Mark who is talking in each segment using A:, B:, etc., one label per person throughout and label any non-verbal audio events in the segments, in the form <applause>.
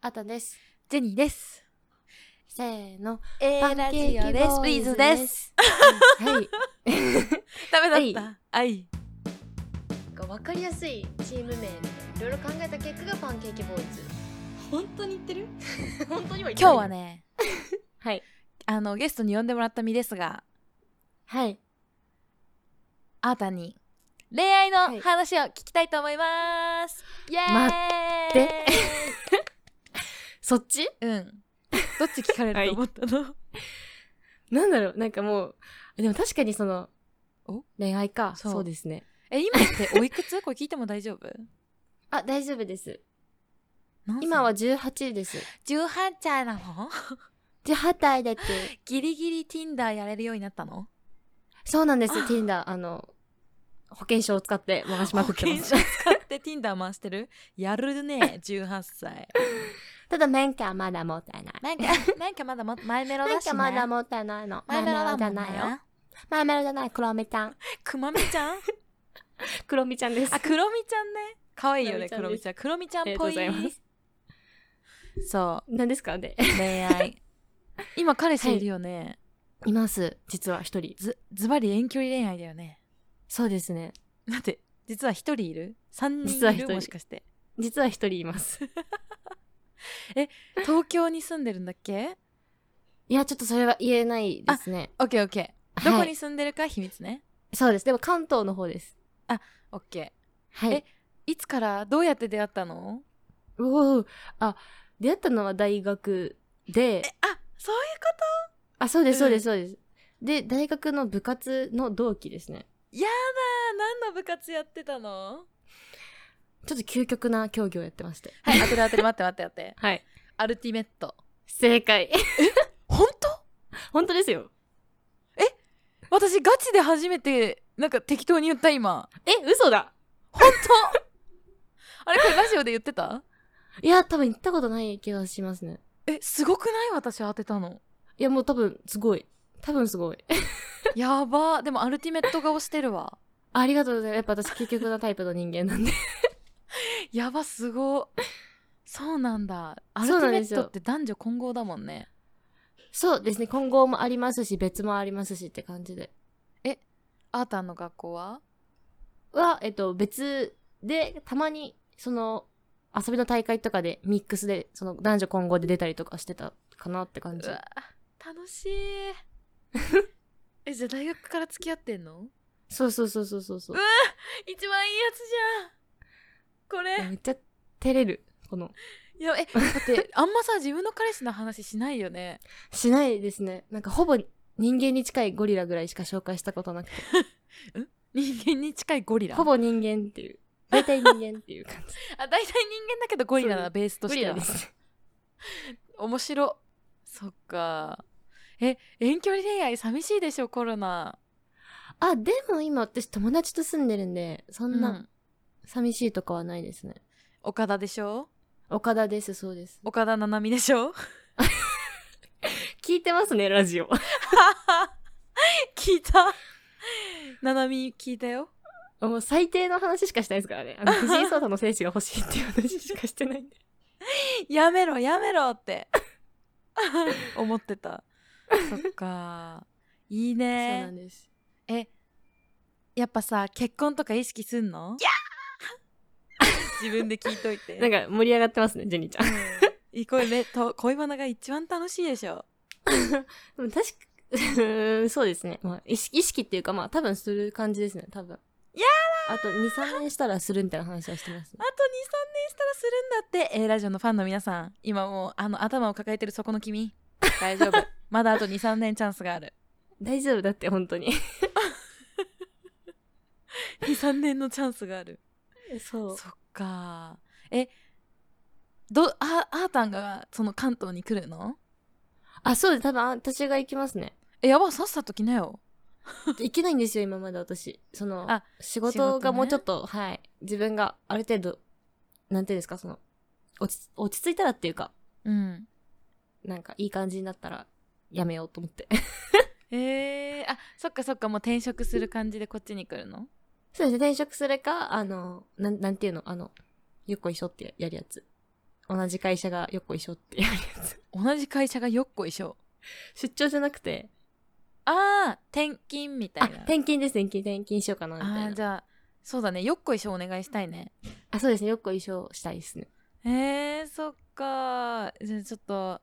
A: あたです。
B: ジェニーです。
A: せーの。
B: え
A: パンケーキボーイズで。す。 <laughs> はい。
B: ダメ。
A: だった
B: はい。
A: わかりやすいチーム名、いろいろ考えた結果がパンケーキボーイ
B: 本当に
A: <laughs>
B: 言ってる
A: ズ。本当には
B: 今日は。ね、
A: はい。
B: あの、ゲストに呼んでもらった身ですが、
A: はい。
B: あーたに恋愛の話を聞きたいと思います。イエーイ
A: 待ってそっち
B: うん。どっち聞かれると思ったの
A: なんだろうなんかもう、でも確かにその
B: お、
A: 恋愛か。
B: そう
A: そうですね。
B: <laughs> え、今っておいくつこれ聞いても大丈夫
A: あ、大丈夫です。
B: 何歳
A: 今は18です。
B: 18歳なの
A: 18歳だって。
B: ギリギリ Tinder やれるようになったの
A: そうなんです。
B: あ
A: Tinder、あの、保険証を使って回しまくってま
B: 保
A: す
B: 険。証使って Tinder 回してるやるね、18歳。
A: ただ免許はまだ持ってない。
B: なん <laughs> か、なんかまだも、前メロ
A: 免
B: だし、ね。
A: 許まだ持ってないの。
B: 前
A: 前
B: メ
A: メ
B: ロだ
A: ロじ
B: も
A: ゃ
B: んな
A: ないよ。。前メロじゃない、黒みちゃん。
B: くまみちゃん
A: 黒みちゃんで
B: あ、くろみちゃんね。かわいいよね、く
A: く
B: ろ
A: ろ
B: み
A: み
B: ち
A: ち
B: ゃん。くろみちゃんっぽ
A: あ
B: い。
A: りがとうございます
B: そ
A: 何ですかね
B: う、恋愛。 <laughs> 今、彼氏いるよね。
A: います。実は一人。
B: ず、ずばり遠距離恋愛だよね。
A: そうですね。
B: 待って、実は一人いる三人
A: 実はい一
B: る
A: 人
B: もしかして。
A: 実は一人います。
B: 東京に住んでるんだっけ
A: いや、ちょっとそれは言えないですね。
B: オッケーオッケー。どこ
A: は
B: に住んでるか秘密ね。
A: いそうです。でも関東の方です。
B: オッケ
A: はい。
B: えー。いつからどうやって出会ったの
A: おお。あ、出会ったのは大学で、
B: あ、そういうこ
A: あ、そうです、そうで
B: うん
A: す、そうです。で、大学の部活の同期ですね。
B: とやだー。何の部活やってたの
A: ちょっと究極な競技をやってまして。
B: はい、当てる当てる。待って待って待って。
A: はい。
B: アルティメット。
A: 正解。
B: 本当
A: <laughs> 本当ですよ。
B: 私ガチで初めてなんか適当に言った今
A: え、嘘だ
B: 本 <laughs> 当あれこれラジオで言ってた
A: いや、多分行ったことない気がしますね。
B: えすごくない私当てたの
A: いや、もう多分、すごい。多分すごい。 <laughs>
B: やばでもアルティメット顔してるわ
A: ありがとうございます。やっぱ私、究極なタイプの人間なんで。 <laughs>
B: やばすごそうなんだアルテ
A: そうな
B: ィ
A: ん
B: メ
A: で
B: ッ
A: すよ
B: トって男女混合だもんね
A: そうですね。混合もありますし、別もありますしって感じで。
B: あーたんの学校は
A: は、えっと、別で、たまに、その、遊びの大会とかで、ミックスで、その、男女混合で出たりとかしてたかなって感じ
B: う。わ楽 <laughs> しいえじゃあ大学から付き合ってんの
A: そうそうそうそうそうそう
B: う。一番いいやつじゃんこ
A: いや
B: れ
A: めっちゃ、照れる。この。
B: いやえだってあんまさ自分の彼氏の話しないよね
A: しないですね。なんか、ほぼ、人間に近いゴリラぐらいしか紹介したことなくて。
B: 人間に近いゴリラ
A: ほぼ人間っていう。大体人間っていう感じ。
B: あ大体人間だけどゴリラ
A: そ
B: な
A: う
B: ベースと
A: ゴ
B: し
A: リ
B: て
A: ラ
B: は
A: です。
B: 面白そっかえ遠距離恋愛寂しいでしょコロナ
A: <laughs> あ、でも今、私、友達と住んでるんで、そ
B: そ
A: んな、寂しいとかはないですね。
B: 岡田でしょ
A: 岡田です、そうです。
B: 岡田七海でしょ <laughs>
A: 聞いてますね、ラジオ。
B: 聞いた七海聞いたよ
A: <laughs> もう最低の話しかしてないですからね。あ <laughs> の藤井聡太の精子が欲しいっていう話しかして <laughs> ないんで。
B: やめろやめろって思ってたそっかいい
A: そう
B: ね
A: なんです。
B: えやっぱさ結婚とか意識すんの自分で聞いと
A: <laughs>
B: いて
A: なんか盛り上がってますね、ジェニーちゃん。
B: いい声ねと恋バナが一番楽しいでしょ
A: <laughs> でも確か、 <laughs> うーんそうですね。まあ意識、意識っていうかまあ多分する感じですね、多分。
B: いや
A: あと2、3年したらするみたいな話はしてます、
B: あと23年したらするんだって A ラジオのファンの皆さん今もうあの頭を抱えてるそこの君大丈 <laughs> 夫まだあと23年チャンスがある
A: 大丈夫だって、本当に。
B: 23年のチャンスがある
A: <laughs> そ
B: <laughs> そうっ。かえどああーたんがその関東に来るの
A: あ、そうです。多分あ私が行きますね。
B: えやばさっさと来なよ
A: 行けないんですよ、今まで私。その
B: あ、
A: 仕
B: 仕事
A: 事
B: ね
A: がもうちょっと、はい。自分がある程度、なんていうんですか、その、落ち、落ち着いたらっていうか、
B: うん
A: なんかいい感じになったらやめようと思って。 <laughs>
B: えー、あそっかそっかもう転職する感じでこっちに来るの
A: そうですね、転職するか、あの、なん、なんていうの、あの、よっこいしょってやるやつ。同じ会社がよっこいしょってやるやつ <laughs>
B: 同じ会社がよっこいしょ
A: 出張じゃなくて
B: ああ転勤みた
A: あ
B: いな
A: 転勤です転勤転勤しようかなみたい
B: あ
A: な
B: ーじゃあそうだねよっこいしょお願いしたいね
A: あそうですねよっこいしょしたいですね
B: えー、そっかーじゃあちょっと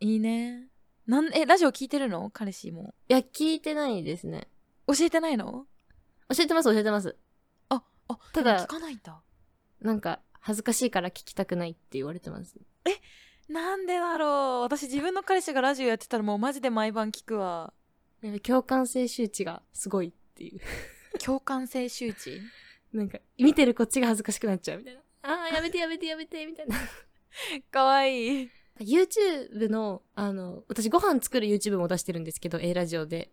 B: いいねなんえラジオ聞いてるの彼氏も
A: いや聞いてないですね
B: 教えてないの
A: 教えてます教えてます
B: ああ
A: た
B: 聞
A: だ
B: かないんだ
A: なんか恥ずかしいから聞きたくないって言われてます
B: なんでだろう私自分の彼氏がラジオやってたらもうマジで毎晩聞くわ
A: やっぱ共感性周知がすごいっていう <laughs>
B: 共感性周知
A: なんか見てるこっちが恥ずかしくなっちゃうみたいなあーやめてやめてやめてみたいな <laughs>
B: かわいい
A: YouTube のあの私ご飯作る YouTube も出してるんですけど A ラジオで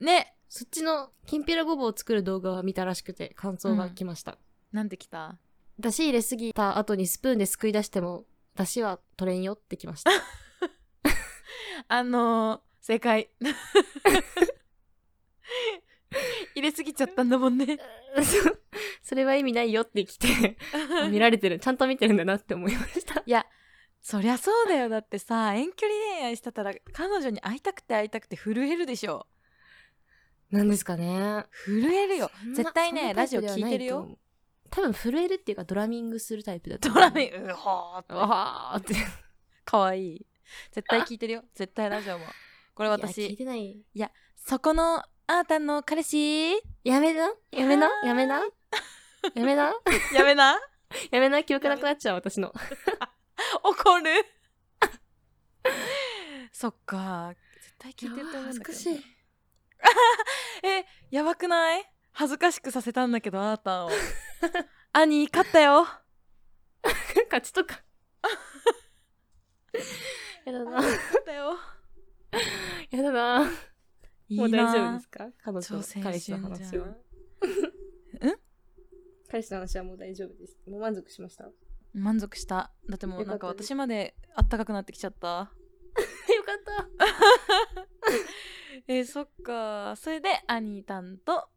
B: ね
A: そっちのきんぴらごぼうを作る動画を見たらしくて感想が来ました、
B: なんてきた
A: 出汁入れすぎた後にスプーンですくい出しても出汁は取れんよってきました
B: あのー、正 <laughs> 解入れすぎちゃったんだもん <laughs> ね
A: そう <laughs> それは意味ないよって来 <laughs> て見られてるちゃんと見てるんだなって思いました
B: いやそりゃそうだよだってさ遠距離恋愛してたら彼女に会いたくて会いたくて震えるでしょ
A: なんですかね
B: 震えるよ
A: そんな
B: 絶対
A: そん
B: ね
A: な
B: ラジオ
A: タイプ
B: 聞いてる
A: ではないと
B: よ
A: 思う多分震えるっていうかドラミングするタイプだと
B: ド
A: 思う
B: ラミンうほーって
A: わーって
B: かわいい絶対聞いてるよ絶対ラジオもこれ
A: いや聞い
B: 私
A: てない
B: そこのあーたんの彼氏
A: やめなやめな
B: あー
A: やめなやめ <laughs> な
B: やめな
A: やめな記憶なくなっちゃう私の
B: 怒る
A: <laughs>
B: そっか絶対聞いてると思うんだけどな
A: 恥ずかしい
B: えやばくない恥ずかしくさせたんだけどあー
A: <laughs>
B: たんを兄勝ったよ
A: 勝ちとかやだな
B: 勝ったよ
A: やだない
B: い
A: もう大丈夫
B: な
A: ですか彼女
B: 超青春
A: 彼氏の話は <laughs>
B: じん
A: 彼氏の話はもう大丈夫ですもう満足しました <laughs> よ
B: 満足しただってもうなんか
A: よかったです
B: 私まであったかくなってきちゃった
A: かった
B: えーそっかそれでアニタンと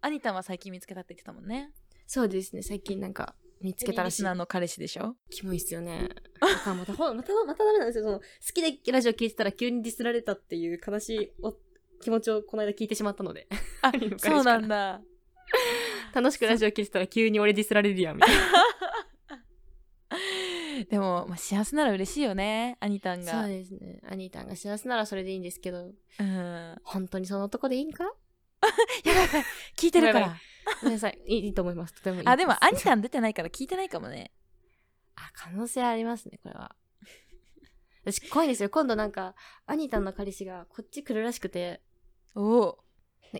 B: アニタンは最近見つけたって言ってたもんね
A: そうですね最近なんか見つけたらしい
B: フェミリスナーの彼氏でしょ
A: キモいっすよね。だからまた、ほんまた、またダメなんですよ。その、好きでラジオ聞いてたら急にディスられたっていう悲しいお気持ちをこの間聞いてしまったので。 <laughs>
B: あ
A: 彼氏から
B: そうなんだ <laughs>
A: 楽しくラジオ聞いてたら急に俺ディスられるやん、みたい
B: でも、まあ、幸せなら嬉しいよねアニタン
A: な。
B: が
A: そうですね。アニータンが幸せならそれでいいんですけど、
B: うんや
A: 本当にその男でいいんか
B: ばいやばい聞いてるか
A: やば
B: ら
A: ごめんなさい。いいいいと思います。とてもいいす
B: あでもアニタン出てないから聞いてないかもね
A: あ、可能性ありますね、これは。私、怖いんですよ。今度なんか、アニータンの彼氏がこっち来るらしくて、
B: おお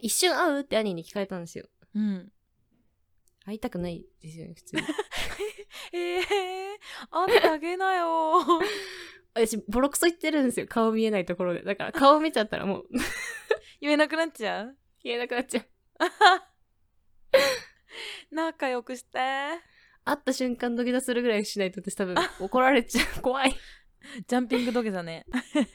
A: 一瞬会うってアニーに聞かれたんですよ。
B: うん
A: 会いたくないですよね、普通に。
B: ええー、会ってあげなよ
A: 私、ボロクソ言ってるんですよ。顔見えないところで。だから、顔見ちゃったらもう、 <laughs>
B: 言えなくなっちゃう
A: 消えなくなっちゃう。
B: 仲良くして
A: 会った瞬間土下座するぐらいしないと私多分怒られちゃ <laughs> う。怖い。
B: ジャンピング土下座ね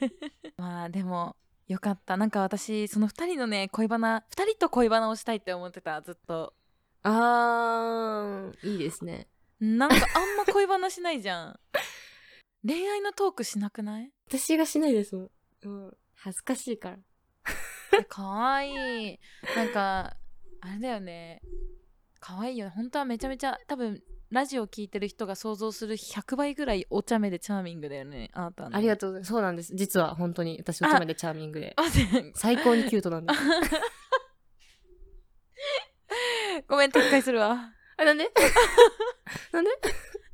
B: <laughs> まあでもよかったなんか私その2人のね恋バナ2人と恋バナをしたいって思ってたずっと
A: あー、いいですね。
B: なんかあんま恋バナしないじゃん <laughs> 恋愛のトークしなくない
A: 私がしないですもん。うん。恥ずかしいから。
B: えかわいいなんかあれだよねかわいいよね本当はめちゃめちゃ多分ラジオ聞いてる人が想像する100倍ぐらいお茶目でチャーミングだよねあなた
A: ありが
B: と
A: とうございます。そうなんです。実は本当に私、おちゃめでチャーミングで。
B: <laughs> う
A: 最高にキュートなんです。
B: ごめん撤回するわ
A: <laughs>
B: <laughs>
A: あ、なんでなんで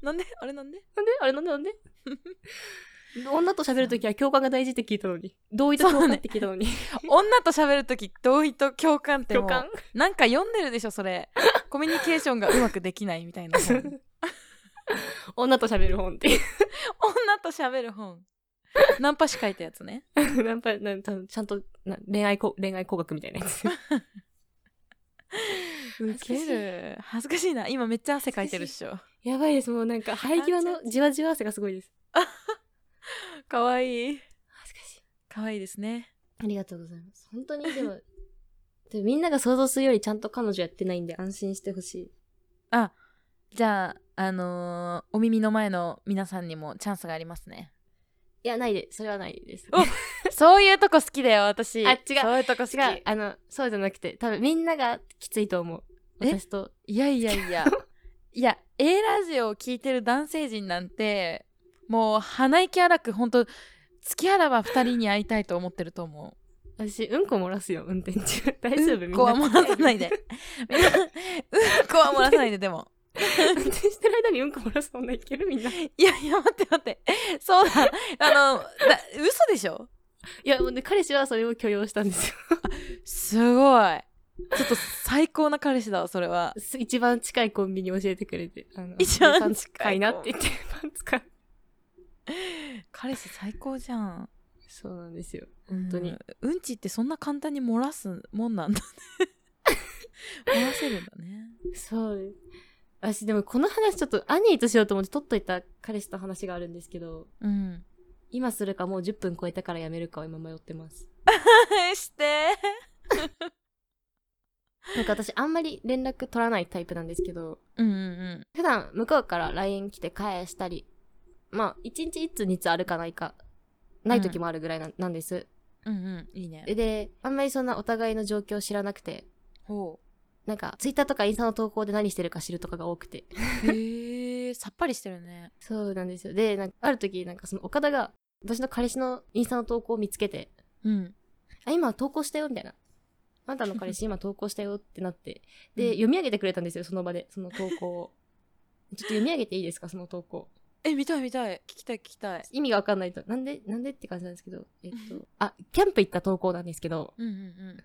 B: なんであれなんで
A: なんであれなんでなんで <laughs> 女と喋るときは共感が大事って聞いたのに。同意と共感って聞いたのに。
B: 女と喋るとき同意と共感っても
A: <laughs> 共
B: う
A: 感
B: なんか読んでるでしょ
A: <laughs>
B: それコミュニケーションがうまくできないみたいな本女
A: 女と喋る本っていう
B: と喋る本ナンパし書いたやつね
A: <laughs> なんかなん多分ちゃんとな恋愛こ恋愛工学みたいなやつ。 <laughs> ウケ
B: 恥ずかし
A: る。
B: い恥ずかしいな今めっちゃ汗かいてるっしょ
A: やばいです。もうなんか生え際のじわじわ汗がすごいです。
B: かわいい
A: 恥ずかしい。
B: かわいいですね
A: ありがとうございます。本当にで <laughs> も、でもみんなが想像するよりちゃんと彼女やってないんで安心してほしい。
B: じゃああのーお耳の前の皆さんにもチャンスがありま
A: <laughs>
B: すね
A: いや、ないで、それはないです。
B: おそういうとこ好きだよ私
A: あ違う
B: そういうとこ好き
A: 違う、あの、そうじゃなくて、多分みんながきついと思う。
B: え
A: 私と。
B: いやいやい <laughs> やいや A ラジオを聞いてる男性陣なんてもう鼻息荒く本当月あらば2人に会いたいと思ってると思
A: 私、うんこ漏らすよ、運転中。大
B: う
A: 丈夫、
B: うんこは漏らさな
A: <laughs>
B: い <laughs> でみんなうんこは漏らさないででも
A: 運転してる間にうんこ漏らす女いけるみんな。い
B: いやいや待って待ってそうだあのだ嘘でしょ
A: や、もうね、彼氏はそれを許容したんですよ。 <laughs>
B: すごいちょっと最高な彼氏だわそれは
A: 一番近いコンビニ教えてくれて。あの
B: 一番近い
A: パンツ買いなって言って、パンツ買う。
B: 彼氏最高じゃん
A: そうなんですよ。
B: 本
A: 当に
B: うん、うんちってそんな簡単に漏らすもん <laughs> なんだね漏らせるんだね
A: そうです。私、でもこの話ちょっと兄としようと思って取っといた彼氏と話があるんですけど、
B: うん。
A: 今するかもう10分超えたからやめるかを今迷ってます。
B: <laughs> して。
A: なんか私あんまり連絡取らないタイプなんですけど、
B: うんうん
A: 普段向こうから LINE 来て返したり、まあ、1日1通2通あるかないか、ない時もあるぐらいな,、ん、なんです。
B: うん。うんうん。いいね。
A: で、あんまりそんなお互いの状況を知らなくて、
B: ほ
A: なんか、ツイッターとかインスタの投稿で何してるか知るとかが多くて。 <laughs>
B: う。へえ、さっぱりしてるね。
A: そうなんですよ。で、なんか、ある時、なんかその岡田が、私の彼氏のインスタの投稿を見つけて、
B: うん。
A: あ、今投稿したよ、みたいな。あんたの彼氏今投稿したよってなって。で、読み上げてくれたんですよ、その場で、その投稿を。ちょっと読み上げていいですか、その投稿。
B: え、見たい見たい。聞きたい聞きたい。
A: 意味がわかんないと。なんで、なんでって感じなんですけど。えっと、あ、キャンプ行った投稿なんですけど、
B: うんうん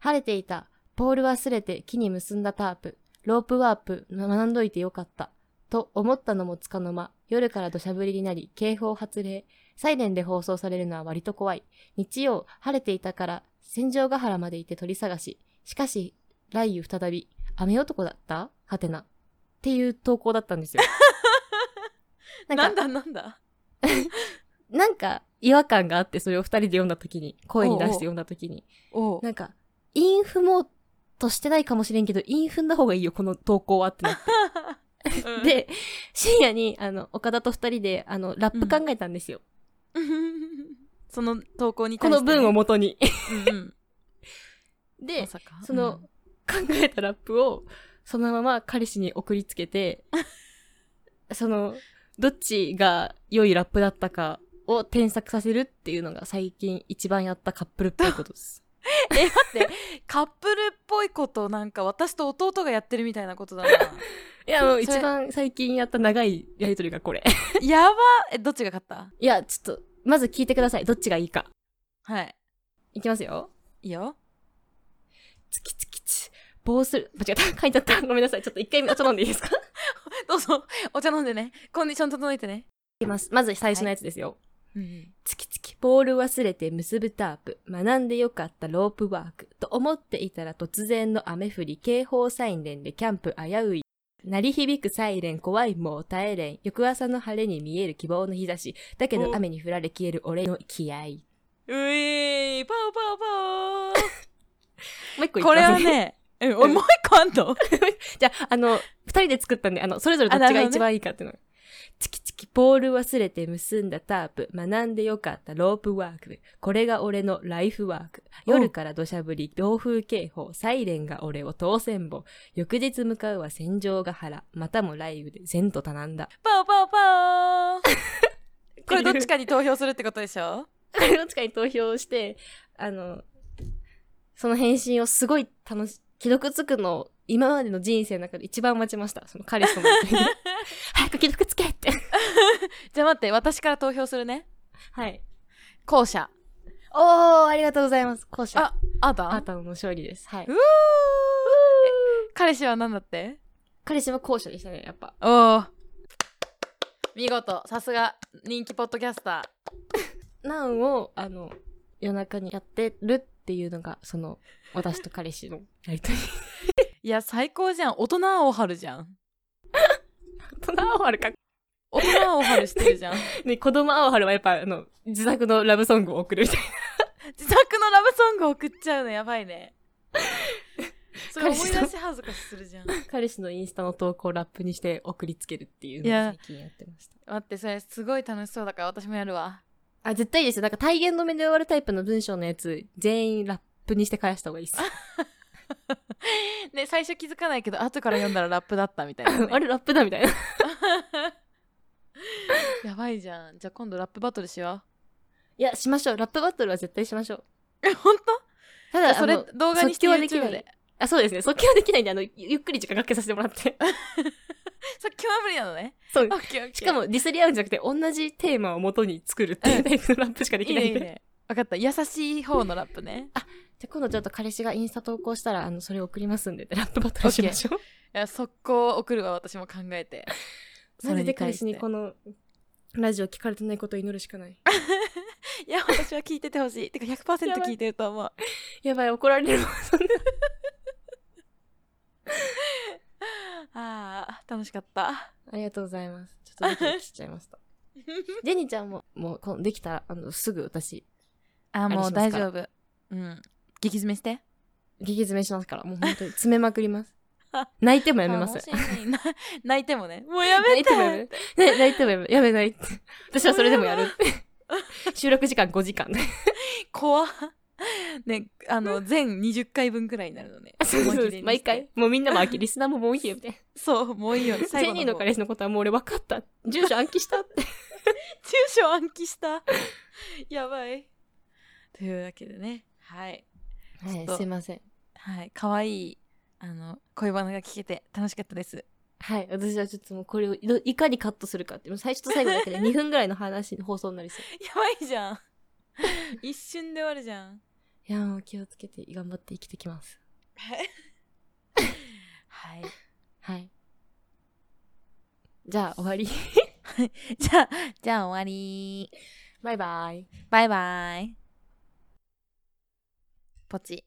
A: 晴れていた、ポール忘れて木に結んだタープ、ロープワープ、学んどいてよかった。と思ったのもつかの間、夜から土砂降りになり、警報発令。サイレンで放送されるのは割と怖い。日曜、晴れていたから、戦場ヶ原まで行って鳥探し。しかし、雷雨再び、雨男だったはてな。っていう投稿だったんです
B: <laughs>
A: よ。
B: う。
A: なんん
B: な
A: か
B: んだなんだ
A: なんか違和感があって、それを二人で読んだ時に、声に出して読んだ時に。
B: おう
A: なんか、インフもとしてないかもしれんけど、インフんだ方がいいよ、この投稿はって <laughs> なっ
B: <laughs>
A: て。、で、深夜に、あの、岡田と二人で、あの、ラップ考えたんですよ。
B: うんその投稿に
A: こ
B: 対し
A: の
B: てね、
A: 文を元に。
B: うん <laughs> うん。
A: で
B: ま、さか
A: その、考えたラップを、そのまま彼氏に送りつけ <laughs> て、その、どっちが良いラップだったかを添削させるっていうのが最近一番やったカップルっぽいことです。
B: うん <laughs> カップルっぽいことなんか私と弟がやってるみたいな <laughs> ことだ
A: <laughs>
B: な。
A: いや、もう
B: そ
A: 一
B: れ
A: 番最近やった長いやりとりがこれ。
B: やばえ、どっちが勝った
A: いや、ちょっと、まず聞いてください。どっちがいいか。
B: はい。
A: いきますよ。
B: いいよ。
A: つきつきつ。棒する。間違った。書いちゃった。ごめんなさい。ちょっと一回お茶飲んでいいですかい
B: どうぞ、お茶飲んでね。コンディション整えてね。
A: きます。まず最初のやつですよ。
B: うん。
A: つきつきボール忘れて結ぶタープ学んでよかったロープワークと思っていたら突然の雨降り警報サイレンでキャンプ危うい鳴り響くサイレン怖いもう耐えれん翌朝の晴れに見える希望の日差しだけど雨に降られ消える俺の気合も
B: うえーいパオパオパ
A: う一個
B: オ
A: いきます
B: これはね、え、おいもう一個あんの
A: じゃああの二人で作ったんであのそれぞれどっちが一番いいかっていうのチキチキボール忘れて結んだタープ学んでよかったロープワークこれが俺のライフワーク
B: おう
A: 夜から土砂降り暴風警報サイレンが俺を当選本翌日向かうは戦場ヶ原またも雷雨で前途多難だ
B: パオパオパオこれどっち
A: <laughs> か
B: かに投票するってことでしょ
A: どっちかに投票してあのその返信をすごい楽し既読つくのを今までの人生の中で一番待ちましたその彼氏との <laughs> 早く既読つけって
B: じゃあ待って、私から投票するね。
A: はい
B: 後者。
A: おーありがとうございます後者
B: あ、あだ。
A: あなたの勝利です。はいう
B: ーえ彼氏は何だって
A: 彼氏は後者でしたね、やっぱ。
B: おお。見事、さすが、人気ポッドキャスタ
A: ナンを、あの、夜中にやってるっていうのが、その、私と彼氏の <laughs> やりとり。
B: ー。いや、最高じゃん。大人青春じゃん。
A: ナンオハルか。
B: 大人青春してるじゃ <laughs> ん。
A: ね、子供アオハルはやっぱ、あの、自作のラブソングを送るみたい
B: <laughs> 自作のラブソング送っちゃうのやばいね。それ思い出し恥ずかしするじゃん待
A: <laughs> 彼氏のインスタの投稿をラップにして送りつけるっていう
B: い
A: のを
B: や
A: 最近やってました
B: ってそれすごい楽しそうだから私もやるわ <laughs>
A: あ絶対いいですよなんか体言止めで終わるタイプの文章のやつ全員ラップにして返した方がいいです
B: ね最初気づかないけど後から読んだらラップだったみたいな、
A: <laughs>、
B: ね <laughs>
A: あれラップだみたいな
B: やばいじゃんじゃあ今度ラップバトルしよ
A: いやしましょうラップバトルは絶対しましょう
B: うえ本
A: た
B: <laughs> 当
A: だ
B: それ
A: あの
B: 動画にして
A: 即興はできな
B: YouTube
A: い
B: で
A: あそうですね即興はできないんであのゆゆっくり時間かけさせてもらって
B: 即興は無理なの <laughs> ね
A: <laughs> そう
B: オッケーオッケー
A: しかもディスり合うんじゃなくて同じテーマを元に作るっていうタイプのラップしかで
B: い
A: き
B: い
A: ない
B: ね
A: んで
B: いいね分かった優しい方のラップね
A: じゃあ今度ちょっと彼氏がインスタ投稿したらあのそれ送りますんでってラップバトルしましょ <laughs> う
B: いや速攻送るわ私も考えて
A: なんでで彼氏に
B: こ
A: このラジオ聞かれてないことを祈るしかない。
B: <laughs> いや私は聞いててほしいてか100%
A: やばい
B: 聞いてると思う
A: <laughs> やばい、怒られる。
B: あー楽しかった
A: <laughs> ありがとうございます。ちょっとドキドキしちゃいま <laughs> した。ジェニーちゃんも、もうこんできたら、あの、すぐ私、
B: あ
A: も
B: も
A: う
B: う
A: 大
B: 大
A: 丈
B: 丈夫うん激詰めして
A: 激詰めしますから、もう本当に詰めまくり <laughs> ます。泣いてもやめます。
B: 楽しい <laughs> な泣いても <laughs> ねもうや
A: <laughs> 泣
B: め
A: い
B: て
A: てもやめ、ね、泣いてもやめ、やめないって。私はそれでもやるって。収録時間5時間。
B: 怖っ <laughs> ねあの全20回分くらいになるのね
A: <laughs> そうそう
B: 思
A: そ
B: い切りに
A: う
B: して
A: 毎回。もうみんなも飽 <laughs> き、リスナーももういいよみたいな。
B: そうも
A: <laughs>
B: ういいよ
A: ジェニーの彼
B: <laughs> 氏
A: 氏のことはもう俺分かった。住所暗記した <laughs> って。
B: 住所暗記した <laughs> やばいというわけでねはい
A: はい
B: ちょっと
A: すいません。
B: はい可愛いあの恋バナが聞けて楽しかったです <laughs>
A: はい。私はちょっともうこれをいどいかにカットするかって、もう最初と最後 <laughs> だけで2分ぐらいの話、放送になりそう。
B: やばいじゃん <laughs> 一瞬で終わるじゃん <laughs>
A: いや、もう気をつけて頑張って生きてきます。
B: はい <laughs>
A: はい。じゃあ終 <laughs> わり。
B: じゃあじゃあ終わり
A: バイバイ。
B: バイバイポチ